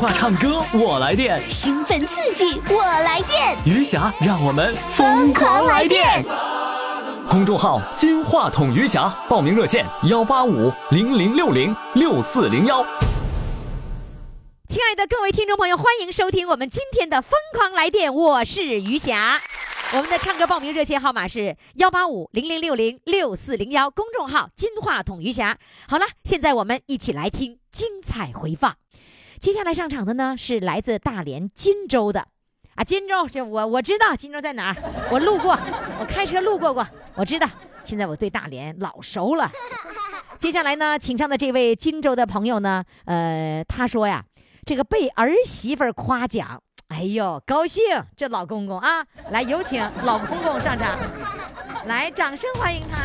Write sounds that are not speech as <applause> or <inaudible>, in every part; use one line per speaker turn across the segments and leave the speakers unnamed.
话唱歌我来电，
兴奋刺激，我来电，
余霞让我们
疯狂来电！
公众号“金话筒余霞”，报名热线：幺八五零零六零六四零幺。
亲爱的各位听众朋友，欢迎收听我们今天的《疯狂来电》，我是余霞。我们的唱歌报名热线号码是幺八五零零六零六四零幺，公众号“金话筒余霞”。好了，现在我们一起来听精彩回放。接下来上场的呢是来自大连金州的，啊，金州这我我知道金州在哪儿，我路过，我开车路过过，我知道。现在我对大连老熟了。接下来呢，请上的这位金州的朋友呢，呃，他说呀，这个被儿媳妇儿夸奖，哎呦，高兴！这老公公啊，来有请老公公上场，来，掌声欢迎他。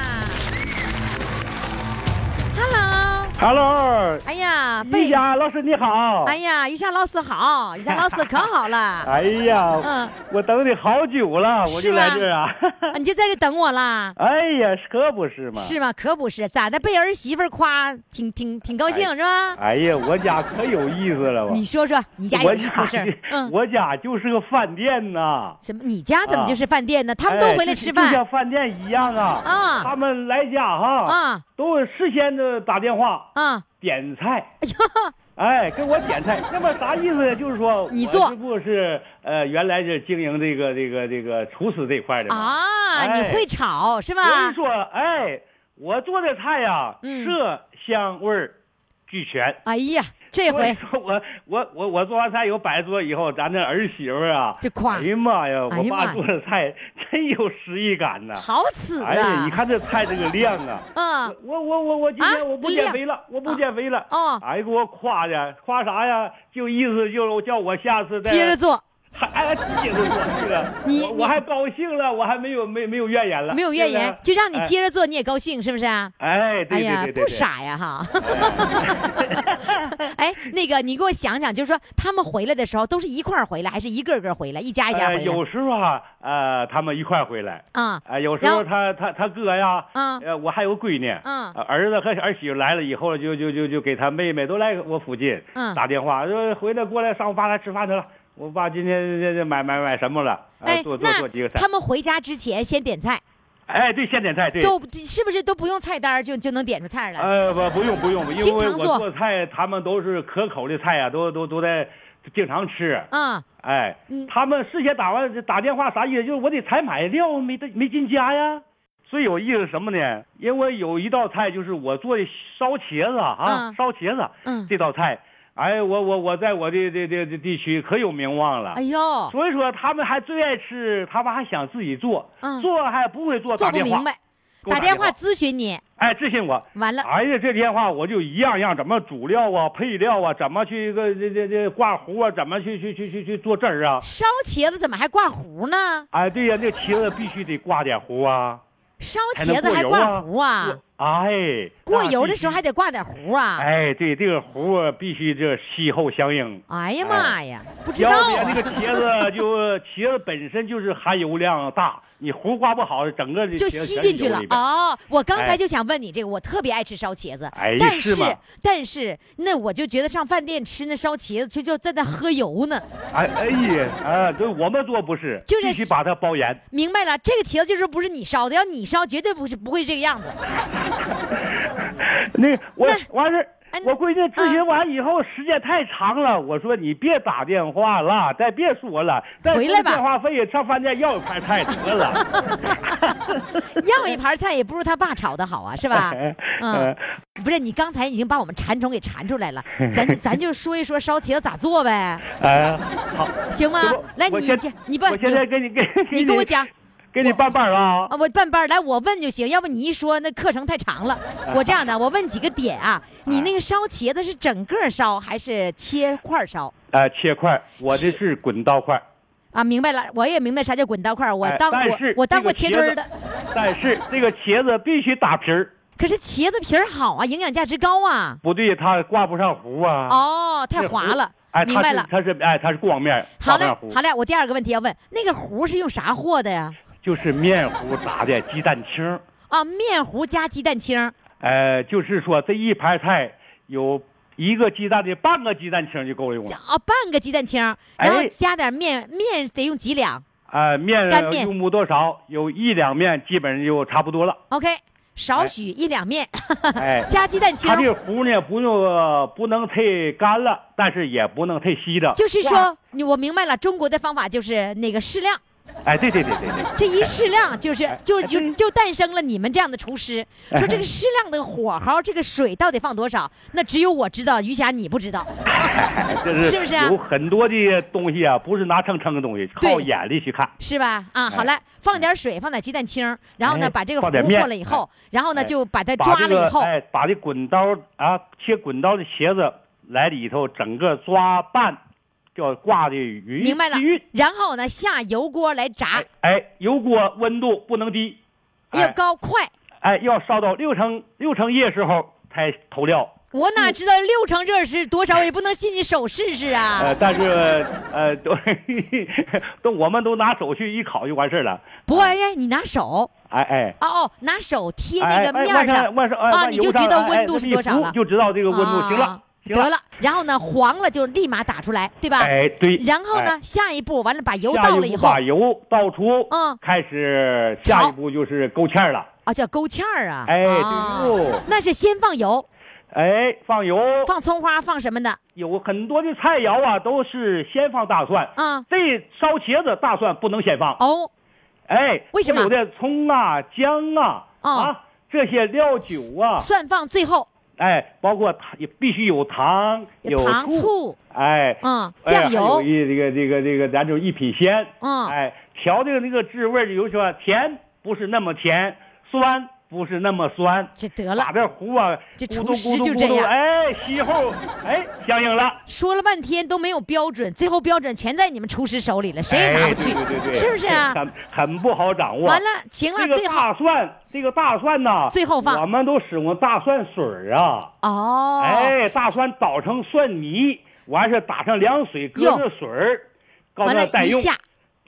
Hello，
Hello，
哎呀，
玉
被
霞老师你好。
哎呀，于霞老师好，于霞老师可好
<laughs>
了，
哎呀，
嗯，
我等你好久了，我
是
就
吧
来这儿啊。 <laughs>
啊你就在这等我啦。
哎呀，可不是嘛。
是吗？可不是，咋的？被儿媳妇儿夸，挺挺挺高兴、
哎
是吧？
哎呀，我家可有意思了吧
你？说说你家有
我
意思的事儿？嗯，
<laughs> 我家就是个饭店呐。
什么？你家怎么
啊
就是饭店呢？他们
哎
都回来
就
吃
就
饭
像饭店一样啊。
啊
他们来家哈，
啊
都事先的打电话
啊！
点菜。
哎呀，
哎，给我点菜，那么啥意思呢？就是说，
你做
我这不是呃，原来是经营这个这个这个厨师这块的嘛
啊，
哎
你会炒是
所
吧
以？说，哎，我做的菜呀、
嗯
色香味儿俱全。
哎呀，这
所以
回
说我我我我做完菜以后摆桌以后，咱这儿媳妇儿啊，
就夸
哎呀妈呀，
哎呀
我
妈呀
爸做的菜真有诗意感呐！
好此
哎呀，
啊！
你看这菜这个量
<laughs>
啊！
嗯，
我我我我今
啊
天我不减
量
肥了，我不减肥了。
哦，
哎，给我夸的，夸啥呀？就意思就是叫我下次再
接着做，
<laughs> 还哎接着做这个，
你
我
你
我还高兴了，我还没有没没有怨言了，
没有怨言，
对哎
就
不对
让你接着做，你也高兴是不是啊？
哎，
哎
对
呀
对对对，对
不，傻呀
<laughs>
哈！哎，那个，你给我想想，就是说他们回来的时候，都是一块儿回来，还是一个个回来，一家一家
呃，
回来
有时候啊，呃，他们一块儿回来，
啊？
啊，有时
然后
候他他他哥呀，
嗯
呃，我还有闺女，
嗯
呃儿子和儿媳妇来了以后，就就就就给他妹妹都来我附近，
嗯
打电话说回来过来上我爸那吃饭去了，我爸今天这这买买买什么了，
哎
啊，做，做
那
做几个菜
他，们回家之前先点菜，
哎，对，现点菜，对，
都是不是都不用菜单儿就就能点出菜来？
呃，不，不用不用，
经
因为
常
我
做
做菜，他们都是可口的菜啊，都都都在经常吃。
啊，
哎
嗯，
他们事先打完打电话啥意思？就是我得采买料没得没进家呀。最有意思什么呢？因为有一道菜就是我做的烧茄子啊，
嗯
烧茄子
嗯，
这道菜，哎，我我我在我的这这这地区可有名望了
哎。呦，
所以说他们还最爱吃，他们还想自己做
嗯，
做还不会做，
做
打
不
电
明
话，
白，
给我
打
打
电
电
话咨询你，
哎，咨询我，
完了，
哎呀，这电话我就一样样怎么煮料啊、配料啊，怎么去一个这这这挂糊啊，怎么去去去去去做汁儿啊？
烧茄子怎么还挂糊呢？
哎，对呀、那茄子必须得挂点糊啊。
烧
还
茄
能
子
过
还
油
挂
啊
糊啊？
哎，
过
那
油
必
的时候
须
还得挂点糊啊？
哎，对，这个糊啊必须这息后相应，
哎呀妈呀，不知
要
道
不然
啊
这！个茄子就 <laughs> 茄子本身就是含油量大，你糊挂不好，整个这
就
茄子
吸
全
进去
油
了
里边
哦，我刚才
哎
就想问你这个，我特别爱吃烧茄子，
哎
但
是吗
但是那我就觉得上饭店吃那烧茄子就就在那喝油呢。
哎哎呀，啊，对，我们做不是，
就是
必须把它包严。
明白了，这个茄子就是不是你烧的，要你烧绝对不是不会这个样子。
<laughs> 那我
那
完事儿
哎那
我闺女咨询完以后时间太长了，我说你别打电话了，再别说了，再
回来吧
说电话费上饭店要一盘菜得了，？
<laughs> 要一盘菜也不如他爸炒的好啊，是吧嗯，不是，你刚才已经把我们馋虫给馋出
<laughs>
来了，咱咱就说一说烧茄子咋做呗，
<laughs> 哎，好，
行吗
这不？
来，
我
你
先
这你不
我现
你
在给你给
你跟我讲。
给你办伴啊
啊，，我半半儿来，我问就行，要不你一说那课程太长
<laughs>
了。我这样的，我问几个点啊，你那个烧茄子是整个烧还是切块儿烧？
呃，切块，我这是滚刀块，
啊，明白了，我也明白啥叫滚刀块儿，我
哎
当
但
我
是
我当
这
过
个
切
茄
墩儿
子
的，
但是这个茄子必须打皮儿，
可是茄子皮儿好啊，营养价值高啊。
不对它挂不上糊啊。
哦，太
这糊
滑了，
哎，
明
它
白
是
了。
它是哎，它是光面，
好
挂不
嘞
上糊，
好嘞，我第二个问题要问，那个糊是用啥和的呀？
就是面糊打的鸡蛋清儿。
啊，面糊加鸡蛋清儿，
呃，就是说这一盘菜有一个鸡蛋的半个鸡蛋清就够用了。
啊，半个鸡蛋清儿，然后
哎
加点面，面得用几两
呃，面
干面
用不多少，有一两面基本上就差不多了。
？OK，少
哎
许一两面，
哎
<laughs> 加鸡蛋清
它
儿，
这个糊呢，不用呃不能太干了，但是也不能太稀的。
就是说，你我明白了，中国的方法就是那个适量，
哎，对对对对对，
这一适量就是就就
对哎
就诞生了你们这样的厨师，说这个适量的火候，这个水到底放多少，那只有我知道，于霞你不知道。
哎这是
是不是啊
有很多的东西啊，不是拿秤称的东西，
对
靠眼力去看。
是吧？啊，好嘞，放点水，放点鸡蛋清儿，然后呢，
哎
把这个糊
放点
和
面
了以后，然后呢，
哎
就把它
把
抓
这
了
个
以后，
哎，把这滚刀啊，切滚刀的茄子来里头，整个抓拌，叫挂的匀，
明白了啊
匀。。
然后呢，下油锅来炸
哎，哎，油锅温度不能低，
要
哎
高快。
哎，要烧到六成六成液时候才投料。
我哪
嗯
知道六成热是多少？我也不能进去手试试啊！
呃，但是呃，都 <laughs> 都我们都拿手去一烤就完事儿了。
不过哎，你拿手
哎哎。
哦哦，拿手贴那
哎
个
哎
面儿上
往上往上哎
啊，
往
你就
油上
觉得
哎
温
哎
度
这
是
么一
多少
涂
了？
就知道这个温度。
啊
行了，行
得了。然后呢，黄了就立马打出来，对吧？
哎，对。
然后
哎
呢，下一步完了把油
下
倒
一
了以
步
后
把，油倒出，
嗯
开始下
炒
一步就是勾芡儿了。
啊，叫勾芡儿啊。
哎
啊
对喽
那是先放油，
哎，放油，
<laughs> 放葱花，放什么的
有很多的菜肴啊，都是先放大蒜。
啊？
这烧茄子大蒜不能先放，
哦，
哎，
为什么
有的葱啊、姜啊、
哦
啊这些料酒啊，
蒜放最后，
哎，包括糖也必须有糖、有
糖、
醋，
醋，
哎，
嗯，
哎
酱油
还有，一这个这个这个，咱就一品鲜，
嗯
哎，调的那个滋味儿，有说甜不是那么甜，酸不是那么酸，
这得了
把。这糊啊，
这
咕
厨
嘟
师
咕嘟
就
咕
这
嘟
样
哎，吸后，哎，相应了。
说了半天都没有标准，最后标准全在你们厨师手里了，谁也拿不去，
哎、对对对对
是不是啊？
<laughs> 很很不好掌握。
完了，行了，
这个
最后
大蒜，这个大蒜呐，
最后放
我们都使用大蒜水儿啊，
哦，
哎，大蒜捣成蒜泥，完事儿打上凉水，搁
哟
上水儿，告
完了
那待
一
用。
下，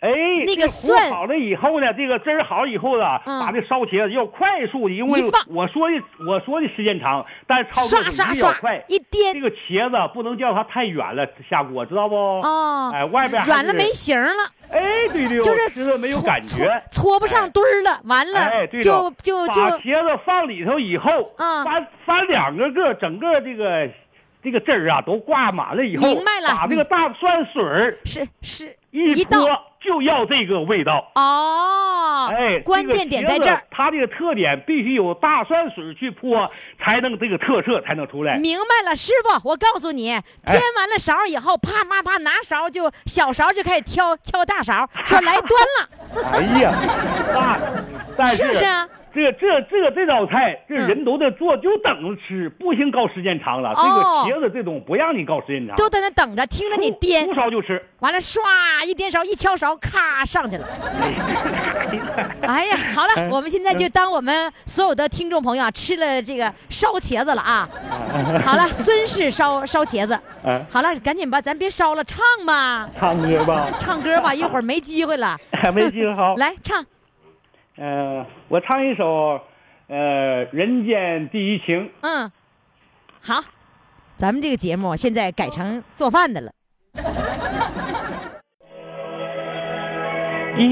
哎，
那
这
个
糊
蒜
好了以后呢，这个汁儿好了以后呢，
嗯
把这烧茄子要快速的，因为
一放
我说的我说的时间长，但是操作
刷刷
比较
刷
快，。
一
这
颠，
个茄子不能叫它太软了下锅，知道不？
哦，
哎，外边还
软了
是
没形儿了，
哎，对对，
就
我
是
吃的没有
搓
感
搓
觉。
搓不上堆儿了，完了
哎，对
就
了，
就
把
就
茄子放里头以后，
嗯
翻翻两个个，整个这个这个汁儿啊都挂满了以后，
明白了
把这个大蒜水儿
是是
一
倒
泼，就要这个味道。
哦，
哎，
关
这个
键点
茄
在
子
这儿，嗯
它这个特点必须有大蒜水去泼，才能这个特色才能出来。
明白了，师傅，我告诉你，添完了勺以后，啪啪啪拿勺就小勺就开始挑敲大 <laughs> 勺，说来端了，
哎呀，
<laughs>
那但
是不是啊？
这这这这道菜，这
嗯
人都在做，就等着吃，不行搞时间长了。
哦
这个茄子这种不让你搞时间长，
都在那等着，听着你颠
出，勺就吃。
完了唰一颠勺一敲勺，咔上 <laughs> 去了。 <laughs> 哎呀，好了，我们现
嗯
在就当我们所有的听众朋友啊吃了这个烧茄子了啊。好了，孙氏烧烧茄子
哎。
好了，赶紧吧，咱别烧了，唱吧，
唱歌吧，
<laughs> 唱歌吧，一会儿没哦机会 <laughs> 了。
还 <laughs> 没记好。
来唱，
呃，我唱一首，呃，《人间第一情》。
嗯，好，咱们这个节目现在改成做饭的了。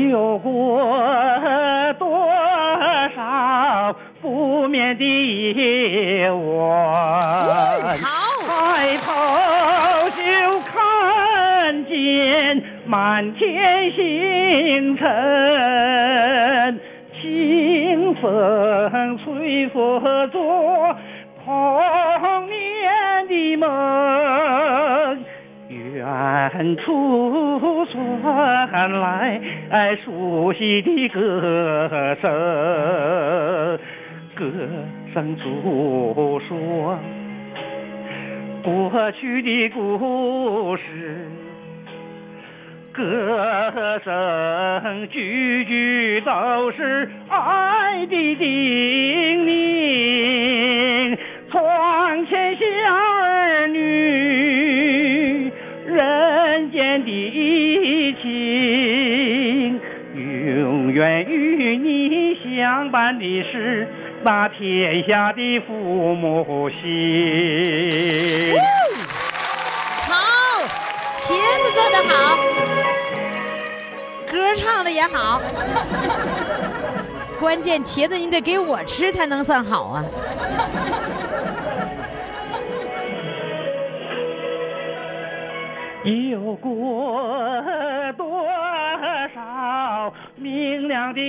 有过多少不眠的
哎
我
嗯好，
抬头就看见满天星辰，清风吹拂着童年的梦。远处传来熟悉的歌声，歌声诉说过去的故事，歌声句句都是爱的叮咛。床前小儿女，人间的情，永远与你相伴的是那天下的父母心。
也好，歌唱的也好， <laughs> 关键茄子你得给我吃才能算好啊。
有过多少明亮的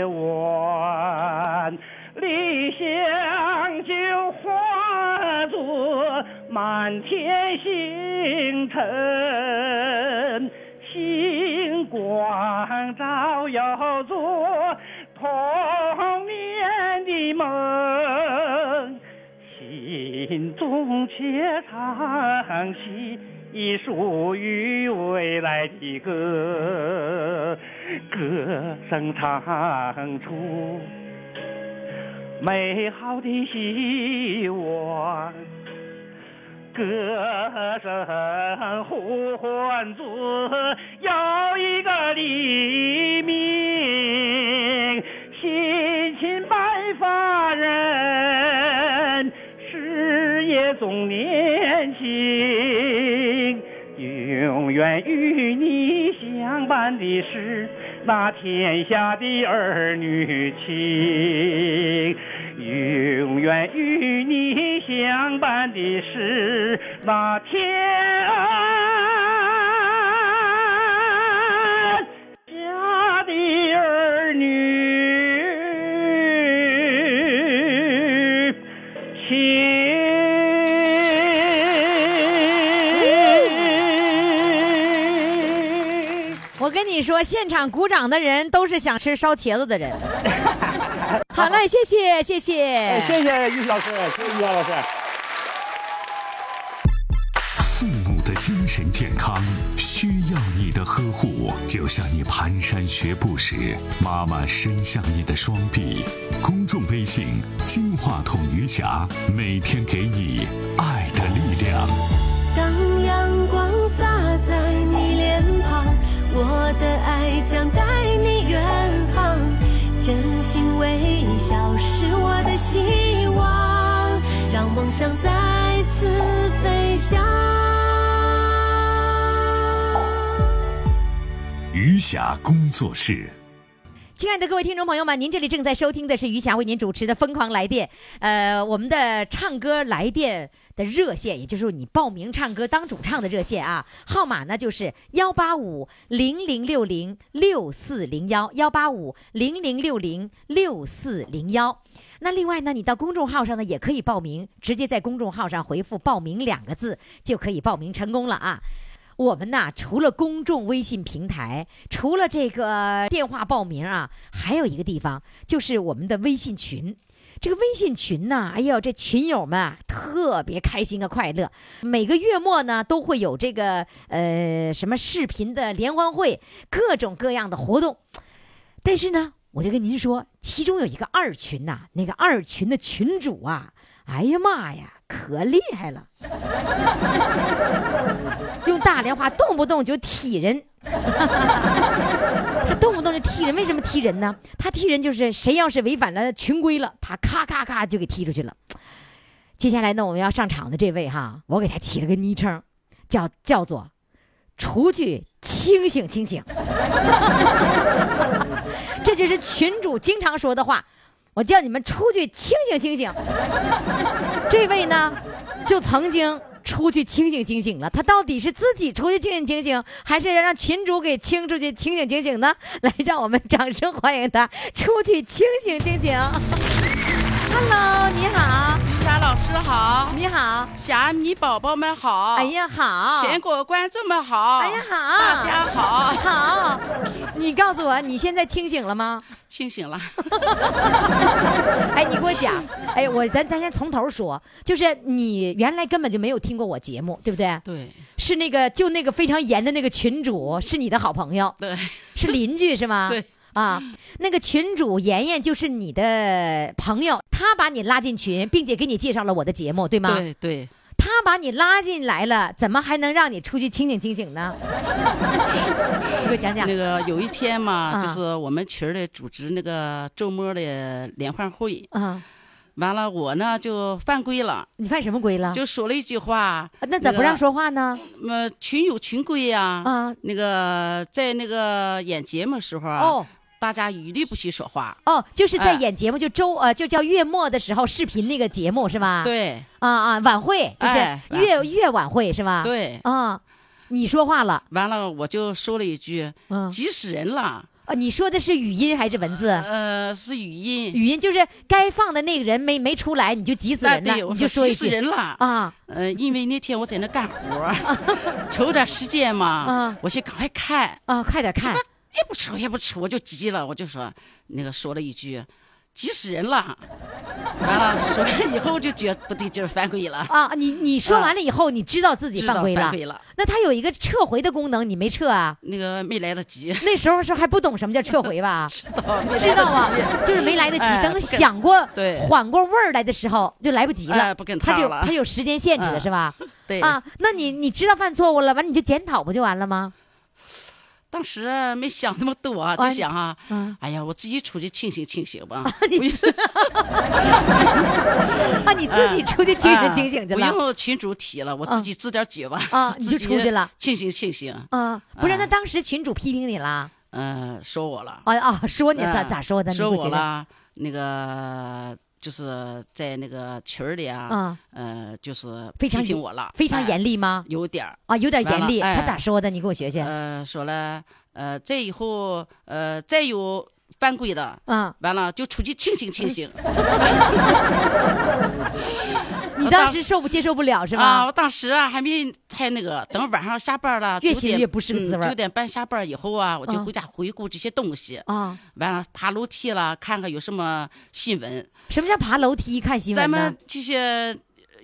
夜晚，理想就化作满天星辰，星光照耀着童年的梦。心中且唱起属于未来的歌，歌声唱出美好的希望，歌声呼唤着又一个黎明，辛勤白发人。事业总年轻，永远与你相伴的是那天下的儿女情，永远与你相伴的是那天下的儿女情。
我跟你说，现场鼓掌的人都是想吃烧茄子的 <laughs> 人。好嘞，谢谢谢
哎，
谢。
谢谢于老师，谢谢于老师。
父母的精神健康需要你的呵护，就像你蹒跚学步时，妈妈伸向你的双臂。公众微信“金话筒余霞”，每天给你爱的力量。
当阳光洒在你脸庞，我的爱将带你远航。真心微笑是我的希望，让梦想再次飞翔。
余霞工作室。
亲爱的各位听众朋友们，您这里正在收听的是余霞为您主持的《疯狂来电》，呃，我们的唱歌来电的热线，也就是你报名唱歌当主唱的热线啊，号码呢就是幺八五零零六零六四零幺幺八五零零六零六四零幺。那另外呢，你到公众号上呢也可以报名，直接在公众号上回复“报名”两个字就可以报名成功了啊。我们呐，除了公众微信平台，除了这个电话报名啊，还有一个地方就是我们的微信群。这个微信群呐，哎呦，这群友们啊，特别开心啊，快乐。每个月末呢，都会有这个呃什么视频的联欢会，各种各样的活动。但是呢，我就跟您说，其中有一个二群呐、那个二群的群主啊，哎呀妈呀，可厉害了。用大连话动不动就踢人， <laughs> 他动不动就踢人，为什么踢人呢？他踢人就是谁要是违反了群规了，他咔咔咔就给踢出去了。接下来呢，我们要上场的这位哈，我给他起了个昵称，叫叫做“出去清醒清醒”， <laughs> 这就是群主经常说的话。我叫你们出去清醒清醒。这位呢，就曾经出去清醒清醒了。他到底是自己出去清醒清醒，还是要让群主给清出去清醒清醒呢？来，让我们掌声欢迎他出去清醒清醒。Hello，你好，
于霞老师好，
你好，
霞米宝宝们好，
哎，呀好，
哦全国观众们好，
哎呀好，
大家好，
好。你告诉我，你现在清醒了吗？
清醒
<laughs>
了，
哎，你给我讲，哎，我咱咱先从头说，就是你原来根本就没有听过我节目，对不对？
对
是那个就那个非常严的那个群主是你的好朋友，
对
是邻居是吗？
对，
啊，那个群主妍妍就是你的朋友，他把你拉进群，并且给你介绍了我的节目，对吗？
对对，
他把你拉进来了，怎么还能让你出去清醒清醒
<laughs>
呢？你给我讲讲
那个有一天嘛，
啊
就是我们群儿里组织那个周末的联欢会，
啊
完了，我呢就犯规了，
你犯什么规了？
就说了一句话
啊啊，那咋不让？说话呢？
那个呃，群有群规呀、
啊，
那个在那个演节目时候啊，
哦
大家一律不许说话。
哦，就是在
哎
演节目，就周呃，就叫月末的时候视频那个节目是吧？，
对
啊啊，晚会就是
哎
月月晚会是吧？，
对，
啊，你说话了，
完了我就说了一句
嗯，
急死人了，
啊，你说的是语音还是文字？
呃，是语音。
语音就是该放的那个人没没出来，你就急死
那
人了，
对，我
你就说
急
一
死
句
人了。
啊，
呃，因为那天我在那干活儿， <laughs> 瞅点时间嘛
嗯，
我先赶快看，
啊，快点看，
也不瞅也不瞅，我就急了，我就说那个说了一句，急死人了。 <laughs> 完了，说完以后就觉得不对劲儿，犯规了，
啊，你你说
啊
完了以后，你知道自己
知
犯
道
规
犯
了，
规了，
那它有一个撤回的功能，你没撤啊？
那个没来得及，
那时候是还不懂什么叫撤回吧？
<laughs> 知道没
知道啊
来得及， <laughs>
就是没来得及，
哎
等
不跟
想过、
对
缓过味儿来的时候就来不及了，
哎不跟
他就
趟了嗯
他有时间限制的是吧？
对
啊，那你你知道犯错误了，完你就检讨不就完了吗？
当时没想那么多啊，
啊
就想啊，
嗯
哎呀，我自己出去清醒清醒吧，
<laughs> 你啊，你自
嗯
己出去清醒清醒去
啊不
了。
用群主提了，我自己自点儿觉吧， <laughs>
啊你
自
就
己
出去了
清醒清醒，
啊，不是，
啊
那当时群主批评你了，
嗯，说我了，
啊啊，说你咋
嗯
咋说的？你
说
不
我
觉得？
了，那个就是在那个群儿里啊，
啊，
呃，就是
非常
批评
严
我了，
非常
哎，
严厉吗？
有点儿，
啊，有点
完
严
了
厉，
哎
他咋说的？你给我学学。
呃，说了，呃，这以后呃再有犯规的，
啊，
完了就出去清醒清醒
你
我
当
当
时受不接受不了是
啊！
吧？
我当时啊还没太那个，等晚上下班了，
越
9
寻
点
越不是个滋味
嗯
儿
九点半下班以后啊，我就
啊
回家回顾这些东西，
啊，
完了爬楼梯了，看看有什么新闻。
什么叫爬楼梯看新
咱
闻呢
们？这些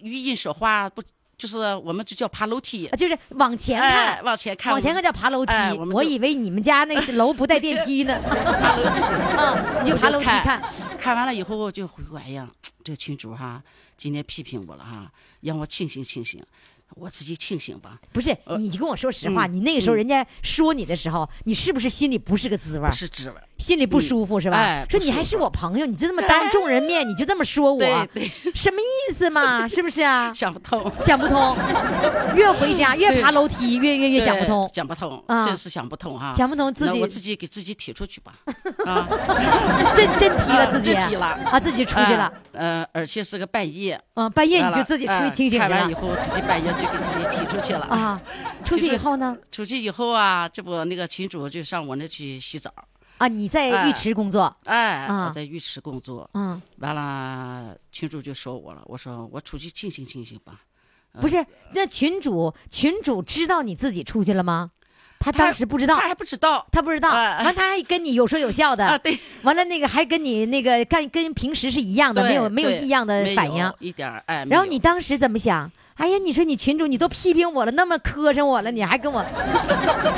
语音说话不就是我们就叫爬楼梯
啊，？就是往前
哎
看，，
往前看，
往前看叫爬楼梯
哎我。们
我
就
以为你们家那是楼不带电梯呢，
<laughs> 爬楼梯。
<laughs> 啊，你就
我就
爬楼梯
看
看。
<laughs> 看完了以后，我就回过来哎呀，这个群主哈，今天批评我了哈，让我清醒清醒，我自己清醒吧。
不是，
呃
你就跟我说实
嗯
话，你那个时候人家说你的时候，你是不是心里不是个滋味
不
儿，
是滋味儿，
心里不舒服是吧
哎？
说
不
你还
舒
是
服哎
我朋友，你就这么当众人面你就这么说我
对，对，
什么意
<laughs>
思嘛？是不是啊？
想不通，
想不通，越回家越
对
爬楼梯，越越越想不
对
通，
想不通，
啊
真是想不通哈。
想不通自
那
己
我自己给自己踢出去
<laughs>
吧，啊，
真真踢了自己，
真踢嗯了
啊，自己出去了，
呃，呃，而且是个半夜，
嗯，半夜你
完
就
了
自己出
哎
去清醒去
看完
了
以后，自己半夜就给自己踢出去了。
啊，出去以后呢？
出去以后啊，这不那个群主就上我那去洗澡，
啊，你在浴池工作，
哎，
啊
我在浴池工作，
嗯，
完了群主就说我了，我说我出去清醒清醒吧。
不是，那群主群主知道你自己出去了吗？他当时不知道
他，还不知道
他不知道，
哎
完他还跟你有说有笑
啊，
的，
对，
完了那个还跟你那个干跟平时是一样的，
对
没有没有
对
异样的
没
反
有
应。
一点儿哎。没
然后
有
你当时怎么想？哎呀，你说你群主你都批评我了，那么磕碜我了，你还跟我，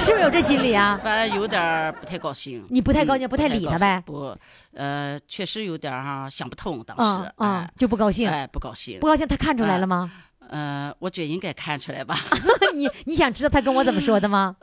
是不是有这心
<laughs>
理啊？
反呃正有点儿不太高兴，
你不太高兴
嗯
不太理他
高兴
呗
不，呃，确实有点儿哈想不通，当
嗯
时
嗯
哎，
就不高兴，
哎不高兴
不，高兴，他看出来了吗？ <laughs>
呃，我觉得应该看出来吧，
你你想知道他跟我怎么说的吗？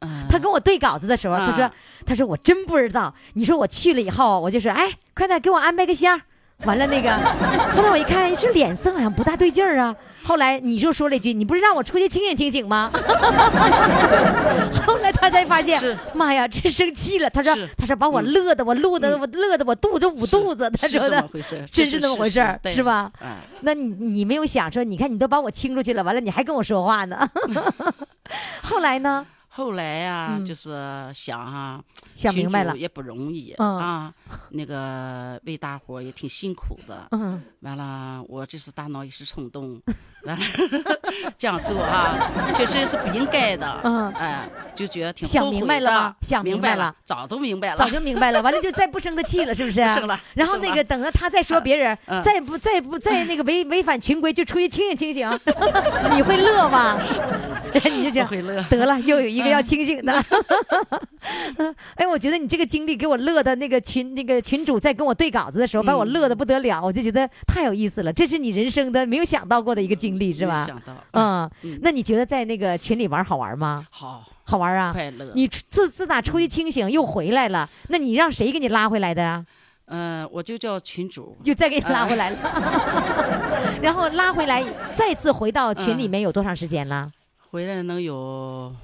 嗯
他跟我对稿子的时候，他说
啊：“
他说我真不知道。你说我去了以后，我就说，哎，快点给我安排个箱。”完了那个， <laughs> 后来我一看，哎这脸色好像不大对劲儿啊。后来你就说了一句：“你不是让我出去清醒清醒吗？” <laughs> 后来他才发现
是，
妈呀，这生气了。他说
是：“嗯
他说把我乐的，我乐的，我乐的，我肚子捂
是
肚子。”他
是
说
这
的
么，回事儿，
<laughs> 真
这
是那么回事儿
对
是吧
哎，
那你你没有想说，你看你都把我清出去了，完了你还跟我说话呢。 <laughs> 后来呢，
后来呀
嗯，
就是想哈，
想
群
明白
主
了，
也不容易
嗯
啊，那个为大伙儿也挺辛苦的，
嗯。
完了，我这是大脑一时冲动，完了 <laughs> 这样做啊，确实是不应该的。
嗯
哎，就觉得挺
想
后悔
明白了
的
吗想明
明
白
白
了，
早都明白了，
早就明白了，完了就再不生他气了，是不是？
<laughs> 不生了
然后
不生
那
了
个等着他再说别人，
嗯嗯
再不再不再那个违违反群规，就出去清醒清醒， <laughs> 你会乐吗？ <laughs> 你就这样
不会乐
得了，又有一个要清醒的。
嗯
<laughs> 哎，我觉得你这个经历给我乐的，那个群那个群主在跟我对稿子的
嗯
时候，把我乐的不得了，我就觉得太有意思了。这是你人生的没有想到过的一个经历，是吧
没？想到，嗯，
嗯，那你觉得在那个群里玩好玩吗？
好
好玩啊！
快乐。
你出自自打出去清醒又回来了，那你让谁给你拉回来的啊？
嗯、我就叫群主，
又再给你拉回来了，
嗯 <laughs>
<laughs> 然后拉回来，再次回到群里面有多长时间
嗯
了？
回来能有，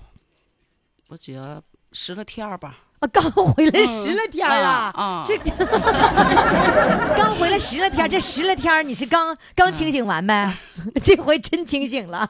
我觉得十来天儿吧。
啊，刚回来十来天儿啊！
嗯啊
这刚回来十来天儿，这十来天儿你是刚刚清醒完呗？
嗯
<laughs> 这回真清醒了，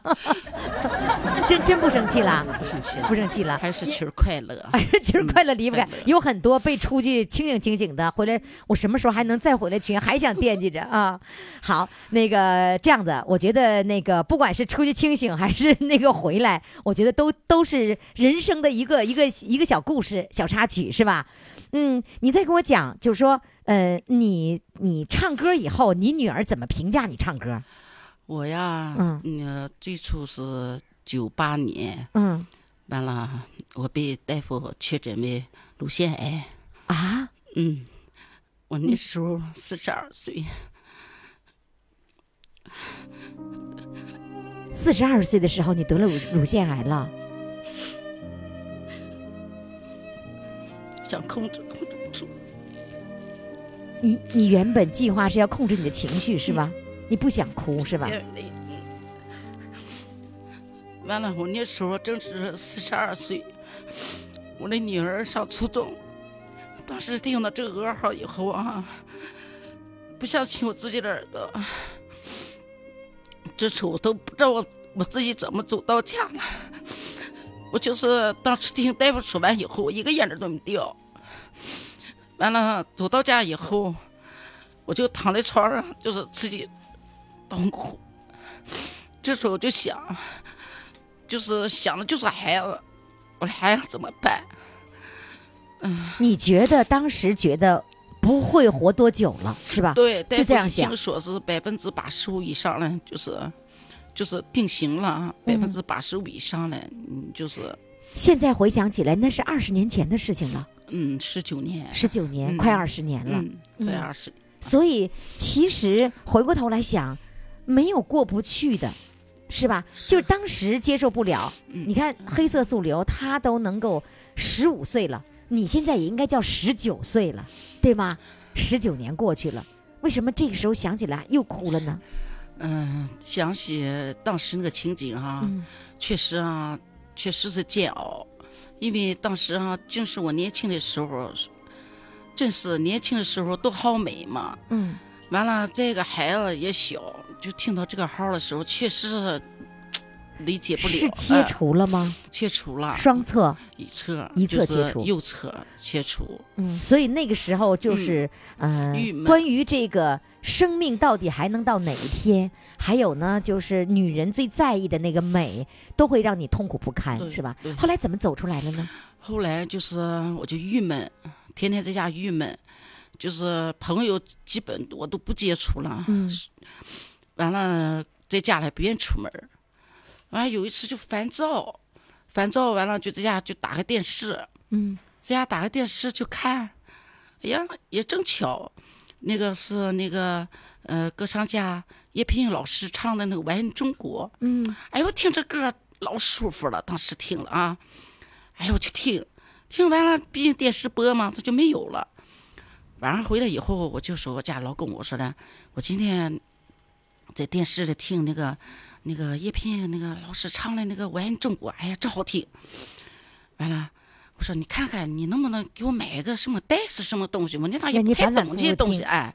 <laughs> 真真不生气了，
不生气
不
了，
生气了。
还是群儿快乐。
<laughs> 哎，其实快乐离不开
嗯快乐，
有很多被出去清醒清醒的，回来我什么时候还能再回来群，还想惦记着啊。好，那个这样子，我觉得那个不管是出去清醒还是那个回来，我觉得都都是人生的一个一个一个小故事、小插曲，是吧？嗯，你再给我讲，就是说，呃，你你唱歌以后，你女儿怎么评价你唱歌？
我呀，
嗯
呃最初是九八年，
嗯
完了我被大夫确诊为乳腺癌。
啊，
嗯，我那时候四十二岁，
四十二岁的时候你得了乳乳腺癌了，
想控制控制不住。
你你原本计划是要控制你的情绪是吧？
嗯
你不想哭是吧？
也也嗯完了，我那时候正是四十二岁，我的女儿上初中，当时听到这个噩耗以后啊，不相信我自己的耳朵，这时候我都不知道我我自己怎么走到家了。我就是当时听大夫说完以后，我一个眼泪都没掉。完了，走到家以后，我就躺在床上，就是自己痛苦。这时候我就想，就是想的就是孩子，我的孩子怎么办？
你觉得当时觉得不会活多久了是吧？
对，大
啊就
夫
这样
已
想
经说是百分之八十五以上了，就是就是定型了啊，百
嗯
分之八十五以上了，嗯，就是
现在回想起来，那是二十年前的事情了，
嗯，十九年，
十九年，
嗯
快二十年了。
嗯，快二十，
所以其实回过头来想，没有过不去的，是吧？就是当时接受不了，
嗯
你看黑色素瘤，他都能够十五岁了，你现在也应该叫十九岁了，对吗？十九年过去了，为什么这个时候想起来又哭了呢？
嗯，想起当时那个情景哈、
嗯
确实啊，确实是煎熬，因为当时啊，正是我年轻的时候，正是年轻的时候都好美嘛，
嗯，
完了，这个孩子也小，就听到这个号的时候，确实是理解不了，
是切
哎
除了吗？
切除了
双侧，
一侧
一侧
就是
切除
右侧切除，
嗯，所以那个时候就是，呃
郁，闷
关于这个生命到底还能到哪一天，还有呢，就是女人最在意的那个美，都会让你痛苦不堪，
对
是吧
对？
后来怎么走出来了呢？
后来就是我就郁闷，天天在家郁闷，就是朋友基本我都不接触了。
嗯
<laughs> 完了在家里还不愿意出门儿完了有一次就烦躁，烦躁完了就在家就打开电视，
嗯
在家打开电视就看，哎呀也正巧，那个是那个呃歌唱家叶聘老师唱的那个《玩中国》。
嗯，
哎呦，听这歌老舒服了，当时听了啊，哎呦我去听，听完了，毕竟电视播嘛，它就没有了。晚上回来以后，我就说我家老公，我说的，我今天在电视里听那个那个叶聘那个老师唱的那个《我爱你中国》，哎呀，真好听。完了，我说你看看，你能不能给我买一个什么带是什么东西？我那咋也
让你
不太
反反
懂
复
这些
复
东西，
听
哎。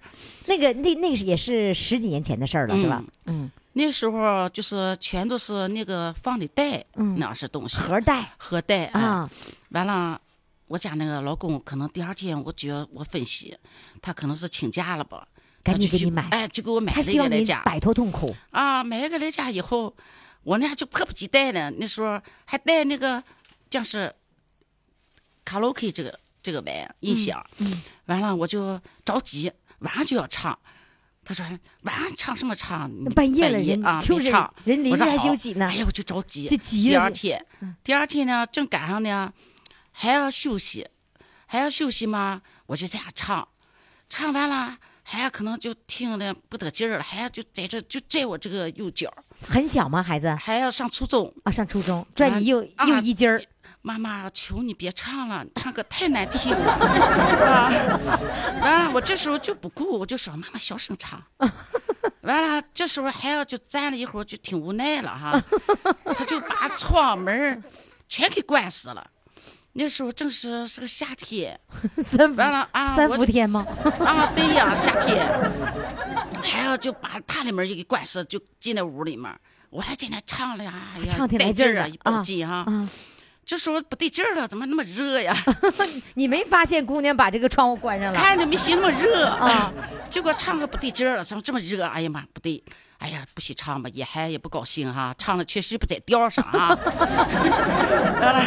那个那那是也是十几年前的事儿了，是吧？嗯，
那时候就是全都是那个放的带，
嗯
那样式东西，
盒带
核带哎
啊，
完了，我家那个老公可能第二天，我觉得我分析，他可能是请假了吧，
赶紧
他就
给
去
你买
哎，就给我买
他
了一
希
个
望
来
你
家
摆脱痛苦，
啊，买一个来家以后，我呢就迫不及待的，那时候还带那个像是卡拉 OK 这个这个玩
嗯
音响，完了我就着急，晚上就要唱。他说晚上唱什么唱？你
半夜了人
啊，
就
别
人
唱
人
我
临
说
时还
好
休息呢
哎呀，我就着急，
就急
第
了
二
就嗯
天，第二天呢，正赶上呢，还要休息，还要休息嘛，我就在家唱，唱完了，还要可能就听的不得劲儿了，还要就在这就拽我这个右脚，
很小吗？孩子
还要上初中，
啊，上初中，拽你右
啊
右衣襟儿，
妈妈，求你别唱了，唱歌太难听了
<laughs>
啊！完了，我这时候就不顾，我就说妈妈小声唱。 <laughs> 完了，这时候孩子就站了一会儿，就挺无奈了
<laughs>
哈，他就把窗门儿全给关死了。那时候正是是个夏天，
<laughs> 三伏
完了啊
三
我
伏
就
天吗？
啊，对呀，夏天，还有就把大里面就给关死，就进那屋里面。我还进来唱了呀，哎呀
唱挺
带
来
劲
劲
儿
儿
啊，
的
一爆劲哈。
啊！
这时候不对劲儿了，怎么那么热呀？
你没发现姑娘把这个窗户关上了？
看着没寻那么热
啊。
<laughs> 结果唱歌不对劲儿了，怎么这么热？哎呀妈，不对！哎呀，不许唱吧，也还也不高兴哈、唱的确实不在调上啊。 <laughs> 完了，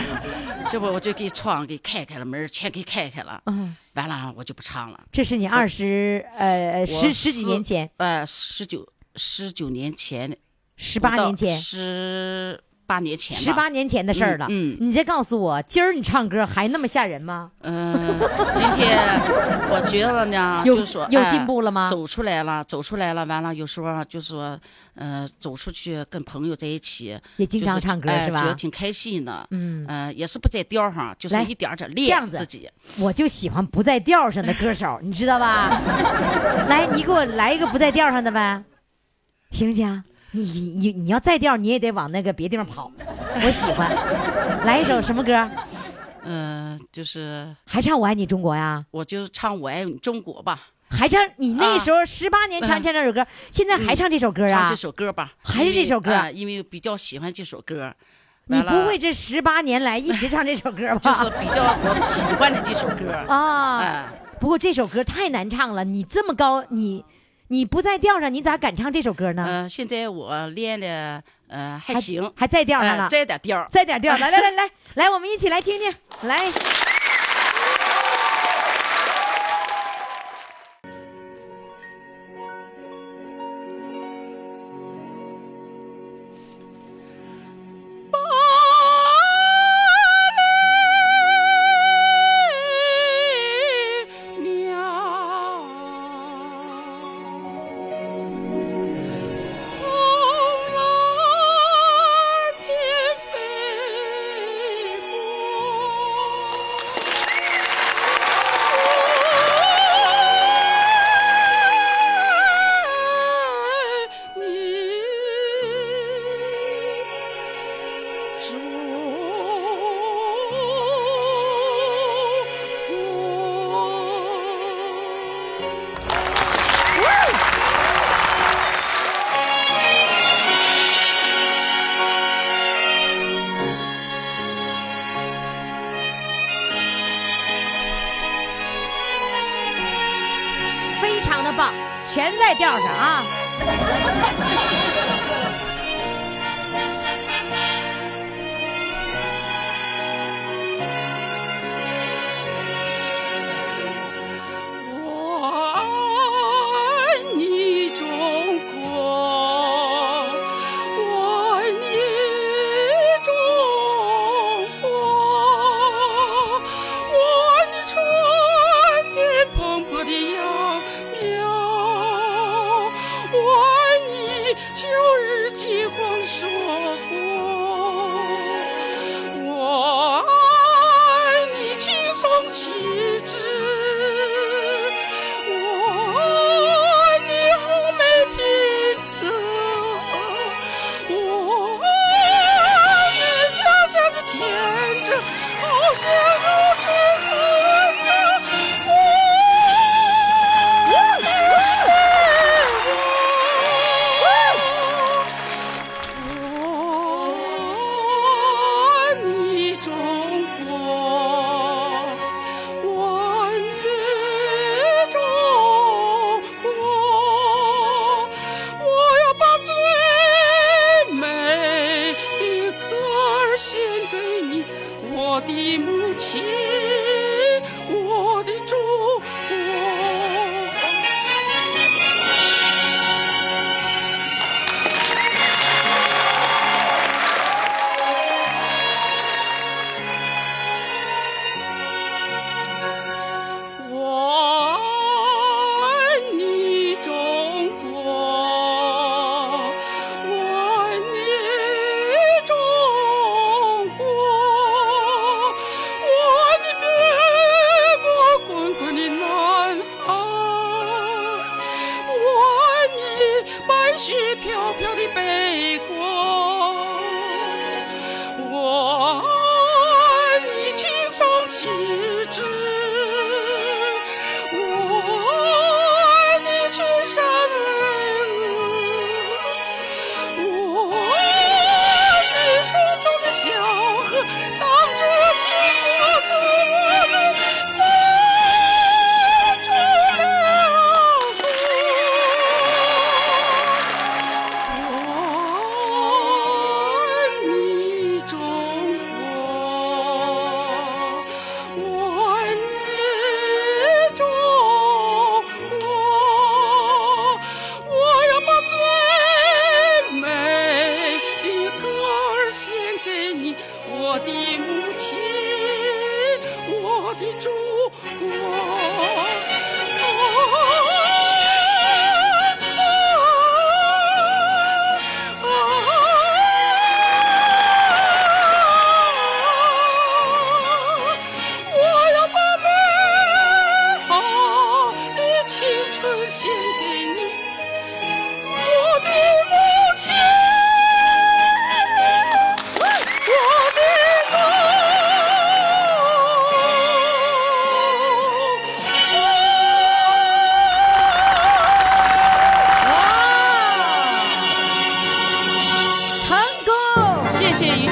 这不我就给窗给开开了，门儿全给开开了。
嗯，
完了，我就不唱了。
这是你二十呃
我
十十几年前，，
呃，十九十九年前，
十八年前，
十八年前吧，
十八年前的事儿了。
嗯
你再告诉我，今儿你唱歌还那么吓人吗？
嗯，今天我觉得
<laughs>
呢，
有
就是说
有
哎
进步了吗
走出来了，走出来了，完了，有时候就说，呃，走出去跟朋友在一起，
也经常唱歌
就是是哎
吧
觉得挺开心的。
嗯，
呃，也是不在调上，就是
来
一点儿点儿
这
练
样子
自己。
我就喜欢不在调上的歌手，你知道吧？ <laughs> 来，你给我来一个不在调上的呗，行不行？你你你要在调，你也得往那个别地方跑。我喜欢，来一首什么歌？
嗯、就是
还唱《我爱你中国》呀？
我就唱《我爱你中国》吧，
还唱你那
啊
时候十八年前
嗯
唱这首歌，现在还唱这首歌
唱
啊
这？首歌吧，
还是
因为
这首歌
啊因为比较喜欢这首歌。
你
完
不
了
<laughs> 会这十八年来一直唱这首歌吧？
<laughs> 就是比较我喜欢的这首歌。 <laughs>
啊，
哎，
不过这首歌太难唱了，你这么高，你你不在调上，你咋敢唱这首歌呢？
呃，现在我练的呃还
还
行，
还在调上
哎
了，
再点调儿。
再点调，来来来来 <laughs> 来，我们一起来听听，来。非常的棒，全在调上啊！
我爱你中国，我爱你中国，我爱你春天蓬勃的秧苗，我爱你秋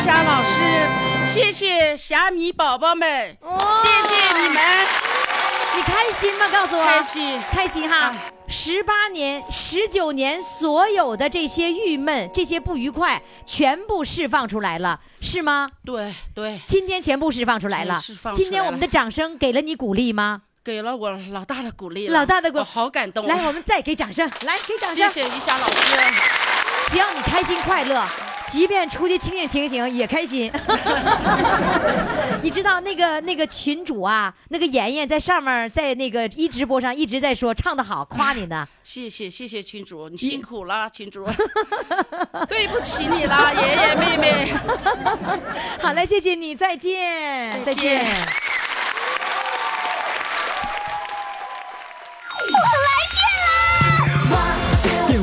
是谢谢虾米宝宝们，
哇
谢谢你们，
你开心吗？告诉我，
开心
开心哈
啊！
十八年、十九年，所有的这些郁闷、这些不愉快，全部释放出来了，是吗？
对对，
今天全部释放出来了。
全释放出来了
今天我们的掌声给了你鼓励吗？
给了我老大的鼓励了，
老大的鼓
我好感动。啊
来，我们再给掌声，来给掌
谢
声。
谢于霞老师，
只要你开心快乐，即便出去清醒清醒也开心。 <laughs> 你知道那个那个群主啊，那个妍妍在上面，在那个一直播上一直在说唱的好，夸你呢。
谢谢谢谢群主，你辛苦了，群
<laughs>
主，对不起你了，爷爷妹妹。
好嘞，谢谢你，再见，
再见
电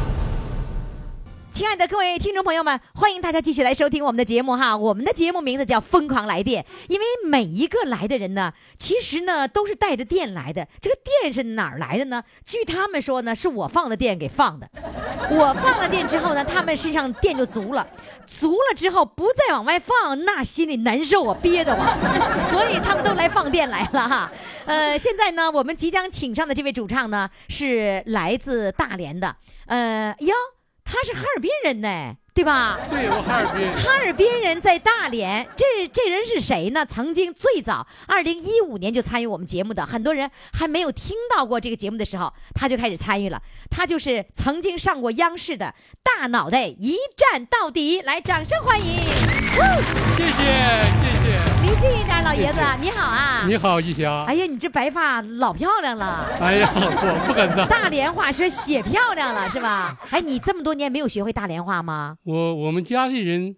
亲爱的各位听众朋友们，欢迎大家继续来收听我们的节目哈。我们的节目名字叫《疯狂来电》，因为每一个来的人呢，其实呢都是带着电来的。这个电是哪儿来的呢？据他们说呢，是我放的电给放的。我放了电之后呢，他们身上电就足了，足了之后不再往外放，那心里难受啊，憋得慌，所以他们都来放电来了哈。呃，现在呢，我们即将请上的这位主唱呢，是来自大连的，呃哟，他是哈尔滨人呢，对吧？
对我哈尔滨，
哈尔滨人在大连，这这人是谁呢？曾经最早二零一五年就参与我们节目的，很多人还没有听到过这个节目的时候，他就开始参与了。他就是曾经上过央视的《大脑袋一战到底》，来，掌声欢迎！
谢谢谢谢，
离近一点，老爷子，你好啊！
你好，一霞。
哎呀，你这白发老漂亮了，
哎呀，我不敢当，
大连话说写漂亮了是吧？哎，你这么多年没有学会大连话吗？
我我们家里人，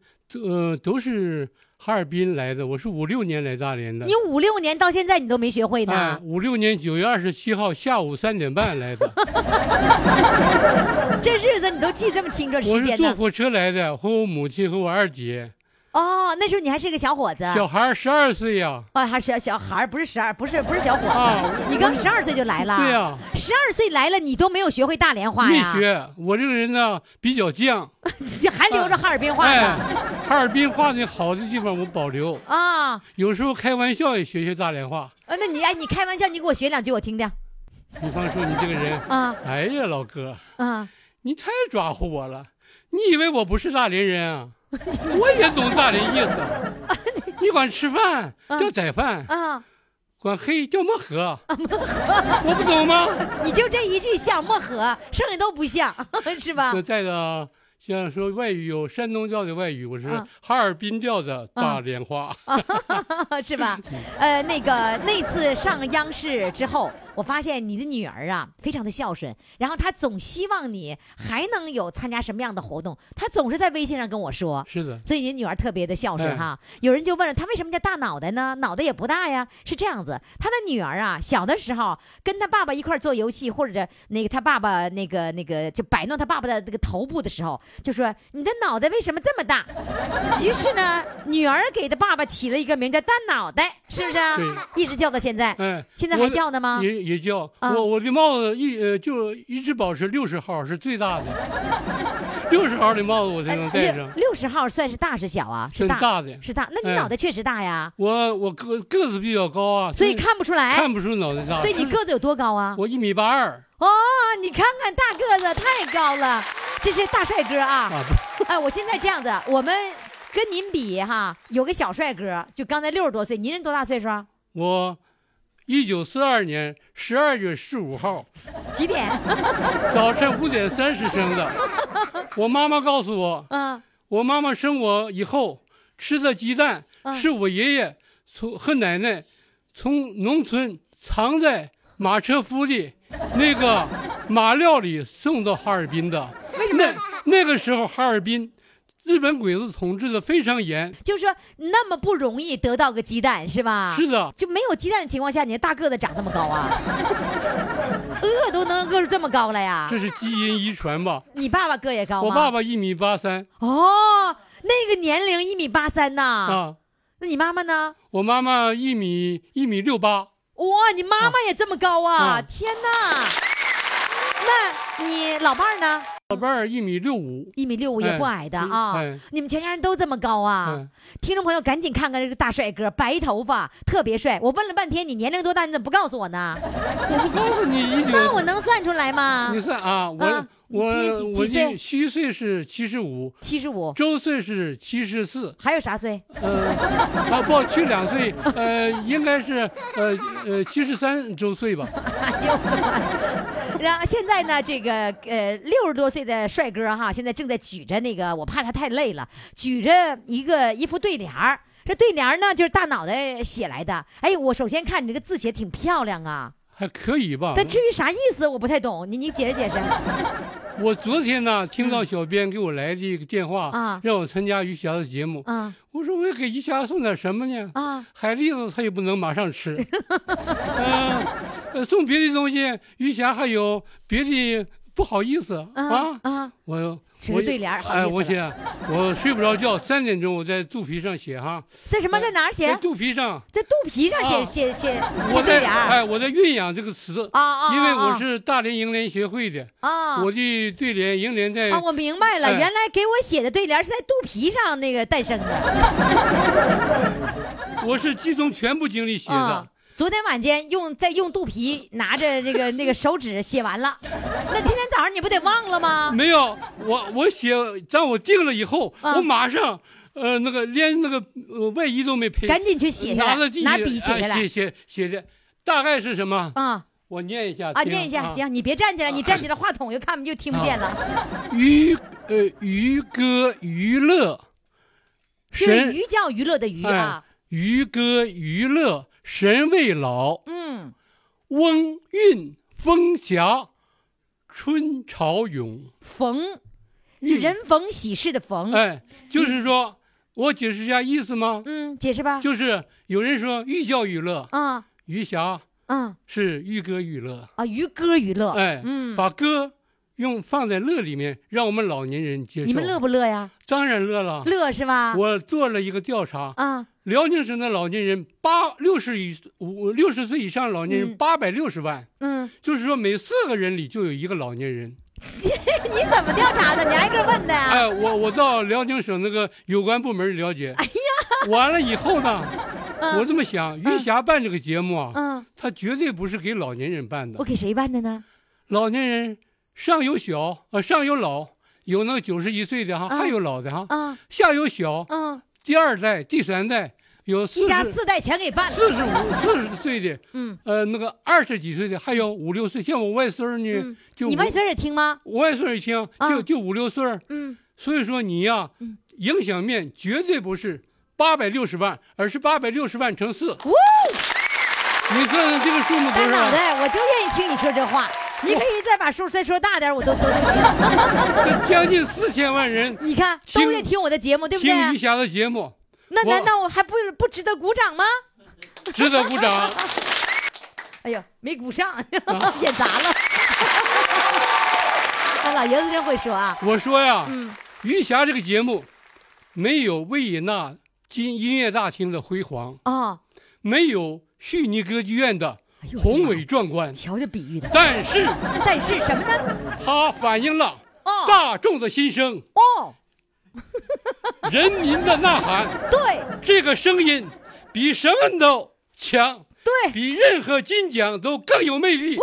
呃，都是哈尔滨来的，我是五六年来大连的
你。啊五六年到现在你都没学会呢。
哎，五六年九月二十七号下午三点半来的，
这日子你都记这么清楚
我
时
是
间
坐
呢？
火车来的，和我母亲和我二姐，
哦，那时候你还是个小伙子，
小孩十二岁呀、
啊，还小小孩儿不是十二，不是不是小伙子，
啊
你刚十二岁就来了。
对呀、
十二岁来了，你都没有学会大连话
没
呀？
学。我这个人呢比较犟，
<laughs> 还留着哈尔滨话
哎
呢。，
哈尔滨话的好的地方我保留，
啊，
有时候开玩笑也学学大连话。
呃那你哎，你开玩笑，你给我学两句我听听。
比方说你这个人，
啊
哎呀，老哥。
啊，
你太抓唬我了！你以为我不是大连人啊？我也懂大连意思。你管吃饭
嗯
叫宰饭，
啊
管黑叫漠河，我不懂吗？
你就这一句像漠河，剩下都不像， <laughs> 是吧
那？再者，像说外语有山东调的外语，我是
啊
哈尔滨调的
嗯
大连话。
<laughs> 是吧？呃，那个那次上央视之后，我发现你的女儿啊，非常的孝顺，然后她总希望你还能有参加什么样的活动，她总是在微信上跟我说。
是的，
所以你女儿特别的孝顺
哎
哈。有人就问了，她为什么叫大脑袋呢？脑袋也不大呀。是这样子，她的女儿啊，小的时候跟她爸爸一块儿做游戏，或者那个她爸爸那个那个就摆弄她爸爸的这个头部的时候，就说你的脑袋为什么这么大？ <laughs> 于是呢，女儿给她爸爸起了一个名叫大脑袋，是不是啊？
对
一直叫到现在。
哎，
现在
我
还
的
叫呢吗？
也也叫
啊
我我的帽子一呃就一直保持六十号是最大的，六十号的帽子我才能戴
哎六
上。
六十号算是大是小啊？是
算
大，
大的
是大。那你
哎
脑袋确实大呀，
我我个个子比较高啊，
所以
看。
看不出来。
看不出脑袋大。
对你
就是
个子有多高啊？
我一米八二
哦，你看看大个子太高了，这是大帅哥啊！
啊，
哎，我现在这样子，我们跟您比哈，有个小帅哥，就刚才六十多岁，您是多大岁数啊？
我一九四二年十二月十五号
几点？
早晨五点三十生的。我妈妈告诉我，
嗯，
我妈妈生我以后吃的鸡蛋
嗯
是我爷爷从和奶奶从农村藏在马车夫的那个马料里送到哈尔滨的。那那个时候哈尔滨日本鬼子统治的非常严，
就是说那么不容易得到个鸡蛋是吧？
是的，
就没有鸡蛋的情况下，你这大个子长这么高啊？饿都能饿出这么高了呀？
这是基因遗传吧？
你爸爸个也高吗？
我爸爸一米八三
哦，那个年龄一米八三呐，
啊，
那你妈妈呢？
我妈妈一米一米六八，
哇，你妈妈也这么高啊！
啊
天哪！那你老伴儿呢？
老伴儿一米六五。
一米六五也不矮的啊、
哎哎
你们全家人都这么高啊！
嗯，
听众朋友，赶紧看看这个大帅哥，白头发，特别帅。我问了半天，你年龄多大？你怎么不告诉我呢？
我不告诉你一
那
九，
我能算出来吗
你？算啊，我
啊
我
你今年几
我
几岁
一虚岁是七十五，
七十五，
周岁是七十四，
还有啥岁？
呃，啊不，去两岁，呃，应该是呃呃七十三周岁吧。
<laughs> 然后现在呢，这个呃六十多岁的帅哥哈，现在正在举着那个，我怕他太累了，举着一个一副对联儿。这对联儿呢，就是大脑袋写来的。哎，我首先看你这个字写挺漂亮啊，
还可以吧。
但至于啥意思，我不太懂。你你解释解
<laughs>
释。
我昨天呢，听到小编给我来的一个电话，
嗯啊
让我参加于霞的节目。
啊
我说我给于霞送点什么呢？
啊，
海蛎子她也不能马上吃，嗯、呃，送别的东西，于霞还有别的不好意思
啊
啊。
啊！
我
吃
我
对联儿好
哎，
意思
我
了
写，我睡不着觉，三点钟我在肚皮上写哈，
在什么在哪儿写
<laughs> 在？肚皮上，
在肚皮上写
啊
写写
我
写对
在
联儿
哎，我在酝酿这个词，
啊啊！
因为我
啊
是大连楹联协会的，
啊，
我的对联楹联在
啊，我明白了，
哎
原来给我写的对联是在肚皮上那个诞生的。
我是集中全部精力写
啊
的，。
昨天晚间用再用肚皮拿着那个那个手指写完
<laughs>
了，那今天早上你不得忘了吗？
没有我我写，当我定了以后，
啊
我马上呃那个连那个呃外衣都没披，
赶紧去写下
拿
来
着地，
拿笔写下
哎写
来
写写的，大概是什么？
啊
我念一下
啊！念一下，。
啊
行，你别站起来，你站起
<laughs>
来话筒又看不又听不见了。
娱呃娱歌娱乐，
这个
神哎
鱼叫娱乐的娱啊，
娱歌娱乐神未老，
嗯，
翁韵风霞，春潮涌。
逢是
韵
人逢喜事的逢，
哎，就是说，我解释一下意思吗？
嗯，解释吧。
就是有人说寓教于乐，
啊
余霞
啊
是寓歌于乐，
啊！渔歌娱乐，
哎，
嗯，
把歌用放在乐里面，让我们老年人接受。
你们乐？不乐呀？
当然乐了。
乐啊是吧？
啊我做了一个调查，
啊，
辽宁省的老年人八六十以五六十岁以上老
嗯
年人八百六十万，
嗯，
就是说每四个人里就有一个老年人。
你怎么调查的？你挨个问的呀？
哎，我我到辽宁省那个有关部门了解。哎呀， <laughs> 完了以后呢，我这么想，余霞办这个节目啊，
嗯，
他绝对不是给老年人办
我
的。
给谁办的呢？
老年人上有小，呃，上有老，有那个九十一岁的哈，
啊
还有老的哈，
啊
下有小， <laughs>
嗯。
第二代、第三代，有
一
四
家
十
四代全给办了。
四十五、四十岁的，
嗯，
呃，那个二十几岁的，还有五六岁。像我外孙儿
嗯
呢，就嗯
你
五
外孙儿也听吗？
我外孙儿一听，
啊
就就五六岁儿
嗯，
所以说你呀、
嗯
影响面绝对不是八百六十万，而是八百六十万乘四。
呜，
你算算这个数目
大
多
脑
少？啊
袋，我就愿意听你说这话。你可以再把数再说大点儿，我都都都
<laughs>
行。
这将近四千万人
你看，
听
都得听我的节目， <laughs> 对不啊对？
听余霞的节目，
那
我
难道我还不不值得鼓掌吗？
值得鼓
<laughs>
掌。
哎呦，没鼓上，
啊
<laughs> 演砸了。 <laughs> 哎，老爷子真会说啊。
我说呀，
嗯
余霞这个节目没有维也纳金音乐大厅的辉煌，
哦，
没有悉尼歌剧院的
哎呦
宏伟，壮
我
观
的妈，瞧这比喻的。
但是
但是什么呢？
它反映了
哦
大众的心声，
哦，
人民的呐喊。
对
这个声音比什么都强，
对，
比任何金奖都更有魅力。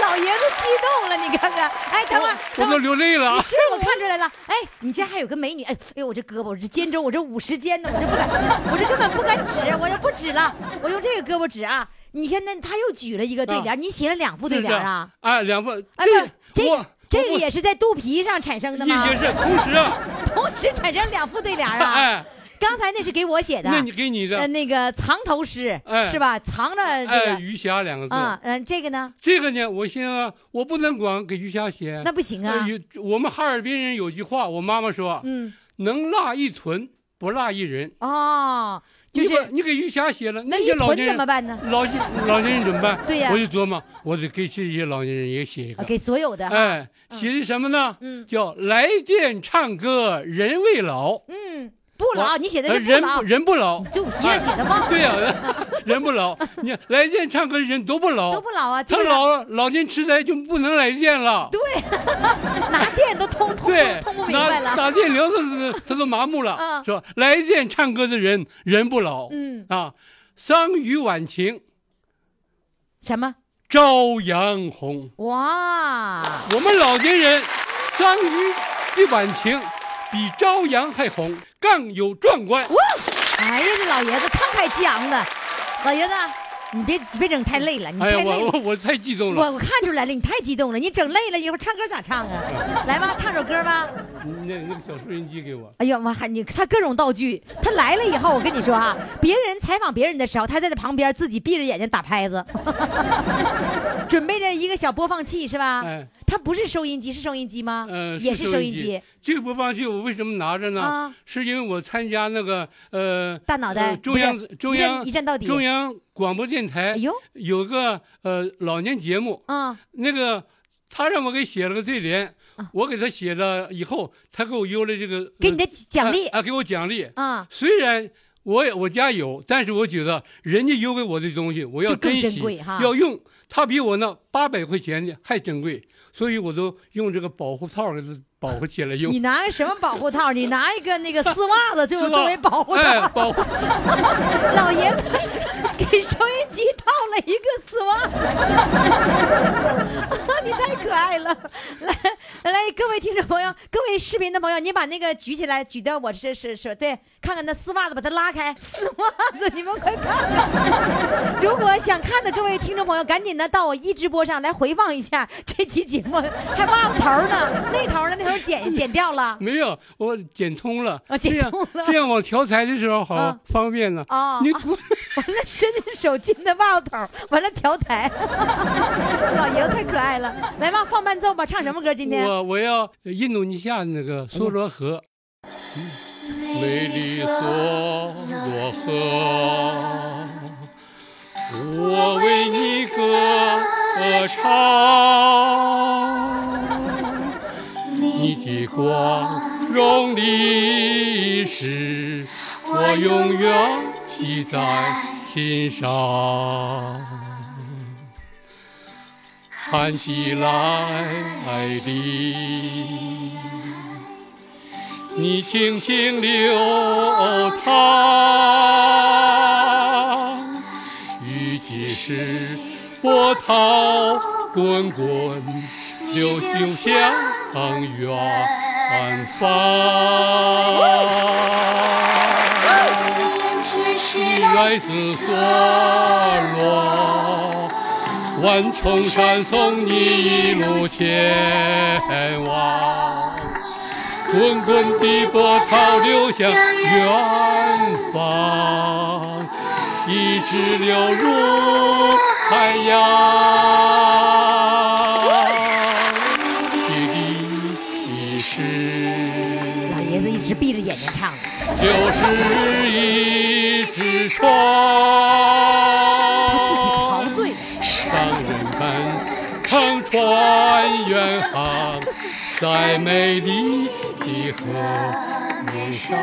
老爷子激动了，你看看。哎，等会儿，
我
等会
都
儿。
流泪了啊。
是我看出来了，哎，你这还有个美女，哎，哎呦，我这胳膊，我这肩周，我这五十肩呢，我这不敢，我这根本不敢指，我要不指了，我用这个胳膊指啊。你看，那他又举了一个对联，
啊
你写了两副对联啊？
是？哎，两份。
哎，不是，这
我
个这个
我
也是在肚皮上产生的吗
也？是同时
<laughs>
啊。
同时产生两副对联啊？
哎，
刚才那是给我写的，
那你给你
呃
的
那个藏头诗
哎
是吧？藏着这
哎“
个
余霞”两个
啊
字，，
嗯，这个呢？
这个呢，我寻思我不能光给余霞写。
那不行啊
呃，有我们哈尔滨人有句话，我妈妈说
嗯，：“
能辣一屯，不辣一人。”
哦，就
你把
是
你给余霞写了，
那
那
一
些老
臀怎
年人
么办呢？
老年老年人怎么办？
对呀
我就琢磨，我得给这些老年人也写一
啊
个。
给所有的哈，
哎
哎，写的什么呢？
嗯
叫“来电唱歌人未老，
嗯，不老，你写的
呃
是
人
不老，
人不老，哎
就也写的忘
对
了，
呀、 <laughs> 人不老。你看来电唱歌的人都不老，
都不老啊，基
他
本上
老了，老年痴呆就不能来电了。
拿电都通通
对
通通不，明白
拿
了，
打电流他他他都麻木了
嗯，
是吧？来电唱歌的人人不老
嗯，
啊，桑榆晚晴
什么？
朝阳红。
哇，
我们老年人，桑榆的晚晴比朝阳还红，更有壮观。
哇！哎呀，这老爷子慷慨激昂的，老爷子，啊你别别整太累了，你
哎呀，
太累
我
了。
我我太激动了。
我我看出来了，你太激动了，你整累了，一会儿唱歌咋唱啊？来吧，唱首歌吧。
你那那个小收音机给我。
哎呀妈，还你他各种道具，他来了以后，我跟你说啊，
<laughs>
别人采访别人的时候，他在那旁边自己闭着眼睛打拍
<laughs>
子，准备着一个小播放器是吧？
哎
他不是收音机，是收音机吗？
呃，
也是
收
音
机。这个播放器我为什么拿着呢？
啊
是因为我参加那个呃
大脑袋
呃中央
不是
中
一站
央
一站到底
中央广播电台，
哎呦
有个呃老年节目，
啊、
那个他让我给写了个对联，
啊
我给他写了以后，他给我邮了这个
给你的
呃
奖励
啊啊，给我奖励。
啊、
虽然我也我家有，但是我觉得人家邮给我的东西，我要
就更
珍惜，
珍贵哈
要用。他比我那八百块钱的还珍贵，所以我都用这个保护套给它保护起来用
你。拿个什么保护套？你拿一个那个 <laughs> 丝袜子，就是
吧
作为保护套。
哎，保护
老爷子给收音机套了一个丝 <laughs> 袜，你太可爱了！来来，各位听众朋友，各位视频的朋友，你把那个举起来，举到我这是是对，看看那丝袜子，把它拉开， <laughs> 丝袜子，你们快看看！ <laughs> 如果想看的各位听众朋友，赶紧的到我一直播上来回放一下这期节目，还忘头呢，那头呢，那头剪剪掉了。
没有，我剪通了，
啊剪
这样
通了
这样我调裁的时候好、
啊
方便呢。
哦
你
啊
不
完了伸着手进的袜子头，完了调台， <laughs> 老爷子太可爱了。来吧，放伴奏吧，唱什么歌？今天
我我要印度尼西亚那个梭罗河，
嗯
美丽梭罗河，我为你歌唱，你的光荣历史，我永远记在心上。喊起来的，你轻轻流淌，雨季时波涛滚滚，流经向远方。来自梭罗，万重山送你一路前往，滚滚的波涛流向远方，一直流入海洋。你的意识。
老爷子一直闭着眼睛唱，
就是一只船。
他自己陶醉了。
让人们乘船远航，在美丽的河面上。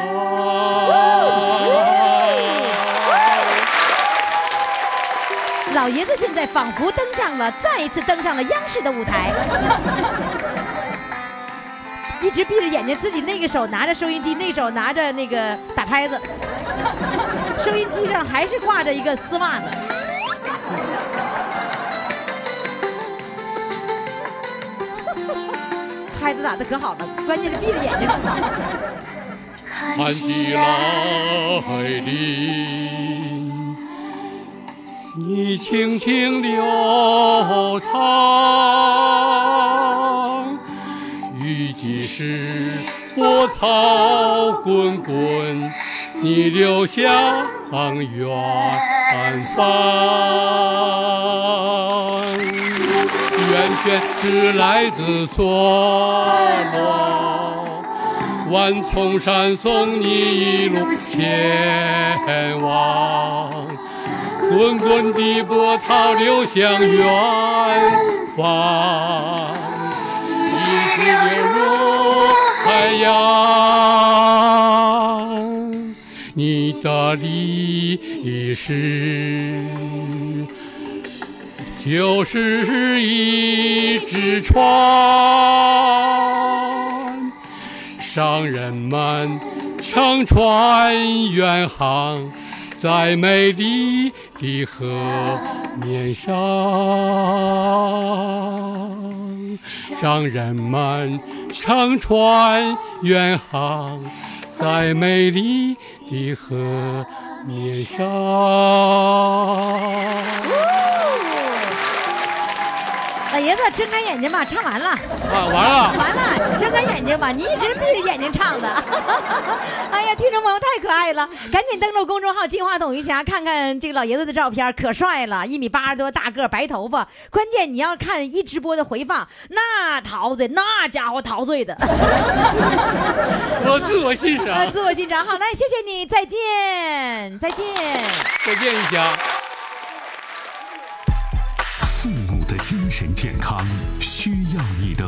老爷子现在仿佛登上了，再一次登上了央视的舞台。 <laughs> 一直闭着眼睛，自己那个手拿着收音机，那手拿着那个打拍子，收音机上还是挂着一个丝袜子。 <laughs> 拍子打的可好了，关键是闭着眼睛更好。
喊起来的，你轻轻流淌，雨季时波涛滚滚，你流向远方。源泉是来自梭罗。万重山送你一路前往，滚滚的波涛流向远方，一直流入海洋。你的历史，就是一只船，商人们乘船远航，在美丽的河面上。商人们乘船远航，在美丽的河面上。
老爷子睁开眼睛吧，唱完了。
啊，完了。
完了，睁开眼睛吧，你一直闭着眼睛唱的。 <laughs> 哎呀，听众朋友太可爱了，赶紧登录公众号“金话筒余霞”，看看这个老爷子的照片，可帅了，一米八十多大个儿，白头发。关键你要看一直播的回放，那陶醉，那家伙陶醉的。
我自我欣
呃，
啊
赏，
自我欣赏，好嘞，谢谢你，再见，再见。
再见一下。
父母的精神健康需要你的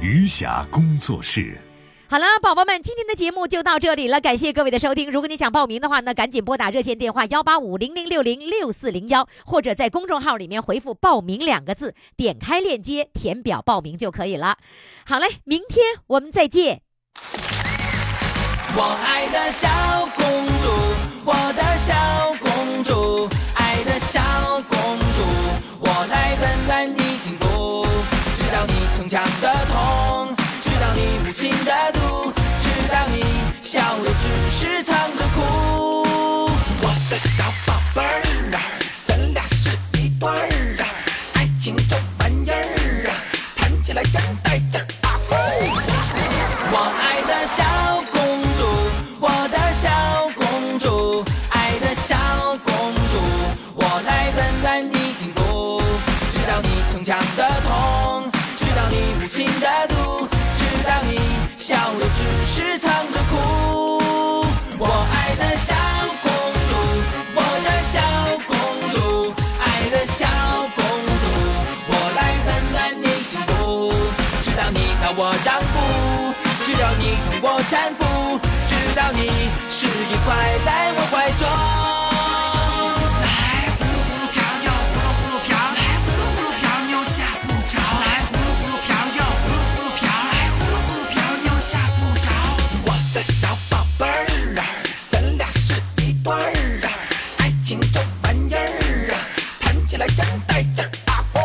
余霞工作室。
好了，宝宝们，今天的节目就到这里了，感谢各位的收听。如果你想报名的话呢，赶紧拨打热线电话幺八五零零六零六四零幺，或者在公众号里面回复“报名”两个字，点开链接填表报名就可以了。好嘞，明天我们再见。
我爱的小公主，我的小公主，爱的小公主，我来温暖你幸福。知道你逞强的痛，知道你无情的毒，知道你笑的只是藏着哭。我的小宝贝儿啊，咱俩是一对儿啊，爱情这玩意儿啊，谈起来真带劲儿啊呼！我爱的小公主，我的小公主，爱的小公主，我来温暖你幸福。知道你逞强的痛，知道你无情的毒，知道你笑的只是藏着哭。我爱的小公主，我的小公主，爱的小公主，我来温暖你幸福。知道你让我让步，知道你同我搀扶，知道你是一块在我怀中。来呼噜呼噜瓢又呼噜呼噜瓢，来呼噜呼噜瓢又吓不着，来呼噜呼噜瓢又呼噜呼噜瓢，来呼噜呼噜瓢又吓不着。我的小宝贝儿啊，咱俩是一对儿啊，爱情这玩意儿啊，谈起来真带劲儿啊！呼，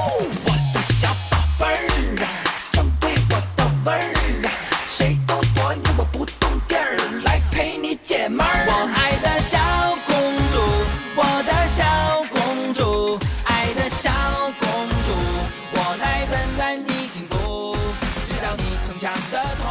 我的小宝贝儿啊，正对我的味儿啊，谁都躲你我不动地儿，来陪你解闷儿。啊我爱的小公主，我的小公主，爱的小公主，我来温暖你幸福，直到你逞强的痛。